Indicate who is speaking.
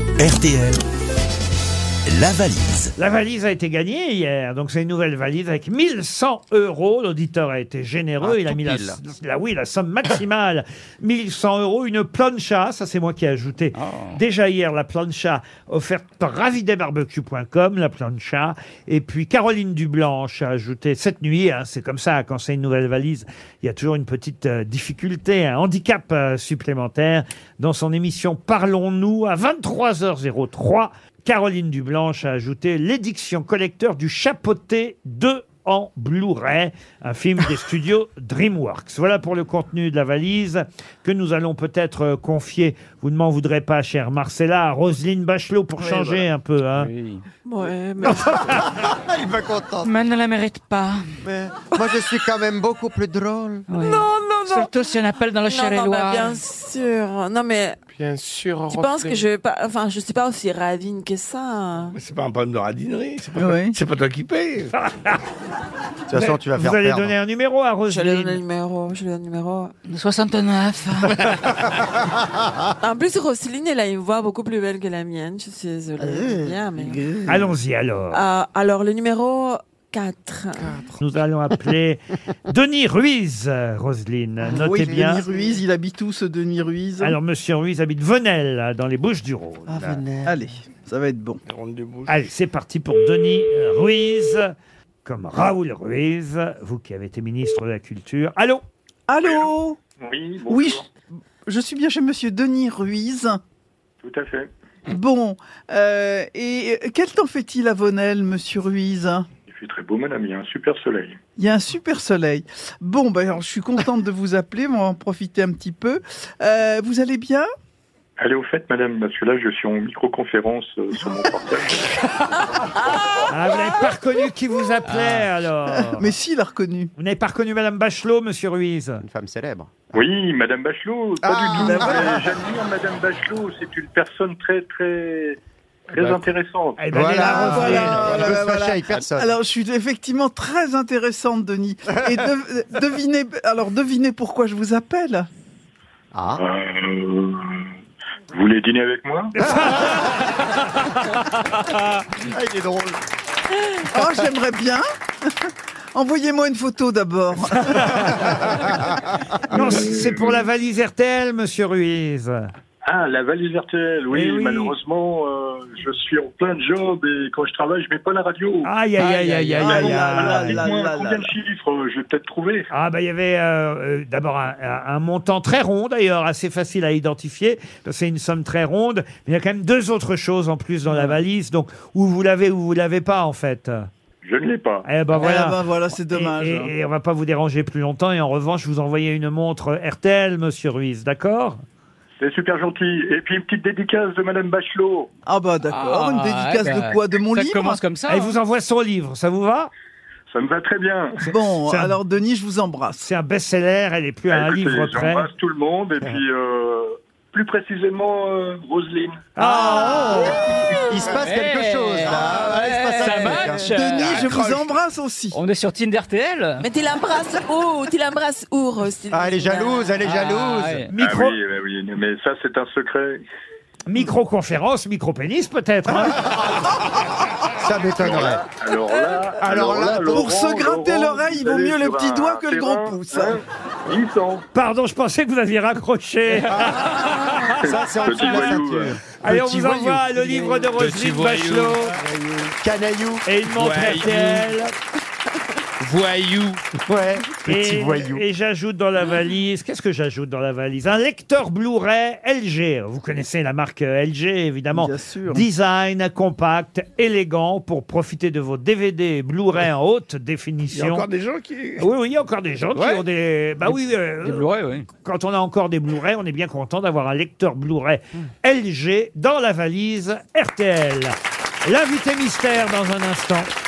Speaker 1: RTL, la valise.
Speaker 2: La valise a été gagnée hier, donc c'est une nouvelle valise avec 1100 euros. L'auditeur a été généreux,
Speaker 3: Ah,
Speaker 2: il a
Speaker 3: tout
Speaker 2: mis la,
Speaker 3: pile.
Speaker 2: la- oui, la somme maximale, 1100 euros. Une plancha, ça c'est moi qui ai ajouté
Speaker 3: Ah,
Speaker 2: déjà hier la plancha offerte par ravidebarbecue.com, la plancha. Et puis Caroline Dublanche a ajouté cette nuit, hein, c'est comme ça, quand c'est une nouvelle valise, il y a toujours une petite euh, difficulté, un handicap euh, supplémentaire. Dans son émission Parlons-nous à 23h03, Caroline Dublanche a ajouté l'édiction collecteur du chapeauté 2 en Blu-ray, un film des studios DreamWorks. Voilà pour le contenu de la valise que nous allons peut-être euh, confier, vous ne m'en voudrez pas, chère Marcella, à Roselyne Bachelot pour changer un peu. hein.
Speaker 4: Euh,
Speaker 5: Ouais, mais
Speaker 6: Il va content.
Speaker 5: mais elle ne la mérite pas.
Speaker 6: Mais moi, je suis quand même beaucoup plus drôle.
Speaker 5: Non, non, non. Surtout si on appelle dans le
Speaker 4: Non, non, bah,
Speaker 5: Cher-et-Loir.
Speaker 4: bien sûr. Non, mais
Speaker 7: Bien sûr.
Speaker 4: tu penses que je vais pas. Enfin, je suis pas aussi ravine que ça.
Speaker 7: C'est pas un problème de radinerie. C'est pas, c'est pas toi qui paye.
Speaker 6: De toute façon, tu vas
Speaker 2: Vous
Speaker 6: faire
Speaker 2: allez
Speaker 6: perdre.
Speaker 2: donner un numéro à
Speaker 4: Je lui ai donné le
Speaker 2: Roselyne.
Speaker 4: numéro. Je lui ai donné le numéro.
Speaker 5: 69.
Speaker 4: En plus, Roselyne, elle a une voix beaucoup plus belle que la mienne. Je suis
Speaker 6: Ah,
Speaker 4: désolée. Bien, mais-
Speaker 2: Allons-y alors.
Speaker 8: Ah.
Speaker 4: Euh, alors, le numéro 4.
Speaker 2: Nous allons appeler Denis Ruiz, euh, Roselyne. Notez
Speaker 8: Ah. Oui,
Speaker 2: bien.
Speaker 8: Denis Ruiz, il habite où ce Denis Ruiz
Speaker 2: Alors, Monsieur Ruiz habite Venelle, dans les Bouches-du-Rhône.
Speaker 8: Ah, Allez, ça va être bon.
Speaker 2: Allez, c'est parti pour Denis euh, Ruiz, comme Raoul Ruiz, vous qui avez été ministre de la Culture. Allô
Speaker 8: Allô
Speaker 9: Oui, bonjour.
Speaker 8: Oui, je, je suis bien chez monsieur Denis Ruiz.
Speaker 9: Tout à fait.
Speaker 8: Bon, euh, et quel temps fait-il à Vonel, monsieur Ruiz
Speaker 9: Il fait très beau, madame. Il y a un super soleil.
Speaker 8: il y a un super soleil. Bon, ben, alors, je suis contente de vous appeler, mais on va en profiter un petit peu. Euh, vous allez bien
Speaker 9: Allez, au fait, madame, parce que là, je suis en microconférence euh, sur mon portable.
Speaker 2: Ah, Vous n'avez pas reconnu qui vous appelait, alors
Speaker 8: Ah. Mais si, il l'a reconnu.
Speaker 2: Vous n'avez pas reconnu Madame Bachelot, Monsieur Ruiz Eh
Speaker 3: Une femme célèbre.
Speaker 9: Oui, madame Bachelot, pas
Speaker 8: Ah,
Speaker 9: du tout.
Speaker 8: bah
Speaker 9: Euh, J'admire madame Bachelot. C'est une personne très, très, très
Speaker 7: Bah,
Speaker 9: intéressante.
Speaker 2: Eh ben, elle est là,
Speaker 8: Voilà,
Speaker 2: Roselyne.
Speaker 8: Ah, voilà,
Speaker 3: Je
Speaker 8: voilà,
Speaker 3: veux se
Speaker 8: voilà.
Speaker 3: fâcher avec personne.
Speaker 8: Alors, je suis effectivement très intéressante, Denis. Et de- devinez, alors, devinez pourquoi je vous appelle.
Speaker 3: Ah.
Speaker 9: Euh, vous voulez dîner avec moi
Speaker 6: Ah, il est drôle.
Speaker 8: Oh, j'aimerais bien. Envoyez-moi une photo d'abord.
Speaker 2: Non, c'est pour la valise RTL, Monsieur Ruiz.
Speaker 9: Ah, la valise RTL. Oui,
Speaker 2: Eh oui.
Speaker 9: malheureusement, euh, je suis en plein job et quand je travaille, je mets pas la radio.
Speaker 8: Ah,
Speaker 2: Aïe, aïe, aïe, aïe, aïe, aïe,
Speaker 9: Alors,
Speaker 2: aïe.
Speaker 8: là,
Speaker 9: dites-moi
Speaker 8: là, là,
Speaker 9: combien de chiffres euh, Je vais peut-être trouver.
Speaker 2: Ah bah il y avait euh, euh, d'abord un, un- un montant très rond d'ailleurs, assez facile à identifier, parce que c'est une somme très ronde, mais il y a quand même deux autres choses en plus dans la valise, donc où vous l'avez ou vous l'avez pas en fait.
Speaker 9: Je ne l'ai pas.
Speaker 2: Eh ben voilà.
Speaker 8: Ah ben voilà, c'est dommage.
Speaker 2: Et, et- et on va pas vous déranger plus longtemps, et en revanche vous envoyez une montre RTL, monsieur Ruiz, d'accord
Speaker 9: C'est super gentil. Et puis une petite dédicace de madame Bachelot.
Speaker 8: Ah bah d'accord,
Speaker 3: Ah,
Speaker 8: une dédicace
Speaker 3: eh ben,
Speaker 8: de quoi De mon livre
Speaker 3: comme
Speaker 2: Elle vous envoie son livre, ça vous va
Speaker 9: Ça me va très bien.
Speaker 8: Bon,
Speaker 2: c'est un-
Speaker 8: alors Denis, je vous embrasse.
Speaker 2: C'est un best-seller, elle est plus à un
Speaker 9: Ah, Écoutez,
Speaker 2: livre près.
Speaker 9: J'embrasse tout le monde et puis euh, plus précisément euh, Roselyne.
Speaker 2: Ah, oh
Speaker 6: Il se passe quelque
Speaker 3: Eh,
Speaker 6: chose, là. Ah, Ouais, il se passe un truc, hein.
Speaker 8: Denis, je vous embrasse aussi.
Speaker 3: On est sur Tinder TL
Speaker 4: Mais tu l'embrasses où Tu l'embrasses où, Roselyne
Speaker 6: Ah, elle est jalouse, elle est jalouse.
Speaker 2: Micro,
Speaker 9: Ah oui, oui, oui, mais ça c'est un secret.
Speaker 2: micro-conférence, micro-pénis peut-être. hein
Speaker 6: Ça m'étonnerait.
Speaker 9: Alors là,
Speaker 6: Alors là,
Speaker 9: Laurent,
Speaker 8: pour se gratter
Speaker 9: Laurent,
Speaker 8: l'oreille, il vaut
Speaker 9: vous allez
Speaker 8: mieux le
Speaker 9: sur
Speaker 8: petit
Speaker 9: un
Speaker 8: doigt que le gros
Speaker 9: terrain,
Speaker 8: pouce.
Speaker 9: hein, il sent.
Speaker 2: Pardon, je pensais que vous aviez raccroché.
Speaker 6: Ça, c'est en
Speaker 9: Petit
Speaker 6: dessous de la
Speaker 9: voyou,
Speaker 6: ceinture.
Speaker 9: ouais.
Speaker 2: Allez, on
Speaker 6: Petit
Speaker 2: vous envoie
Speaker 6: voyou.
Speaker 2: le livre de Roselyne Bachelot
Speaker 6: Canaillou.
Speaker 2: et une montre RTL.
Speaker 3: Voyou.
Speaker 6: Ouais. Petit
Speaker 2: Et-
Speaker 6: voyou.
Speaker 2: Et j'ajoute dans la valise, qu'est-ce que j'ajoute dans la valise Un lecteur Blu-ray LG. Vous connaissez la marque euh, LG, évidemment.
Speaker 8: Bien sûr.
Speaker 2: Design compact, élégant pour profiter de vos DVD et Blu-ray en
Speaker 7: Il
Speaker 2: haute
Speaker 7: y a
Speaker 2: définition.
Speaker 7: encore des gens qui.
Speaker 2: Oui, oui, il y a encore des gens
Speaker 7: Ouais.
Speaker 2: qui ont des. Bah oui, euh, quand on a encore des Blu-ray, on est bien content d'avoir un lecteur Blu-ray LG dans la valise RTL. L'invité mystère dans un instant.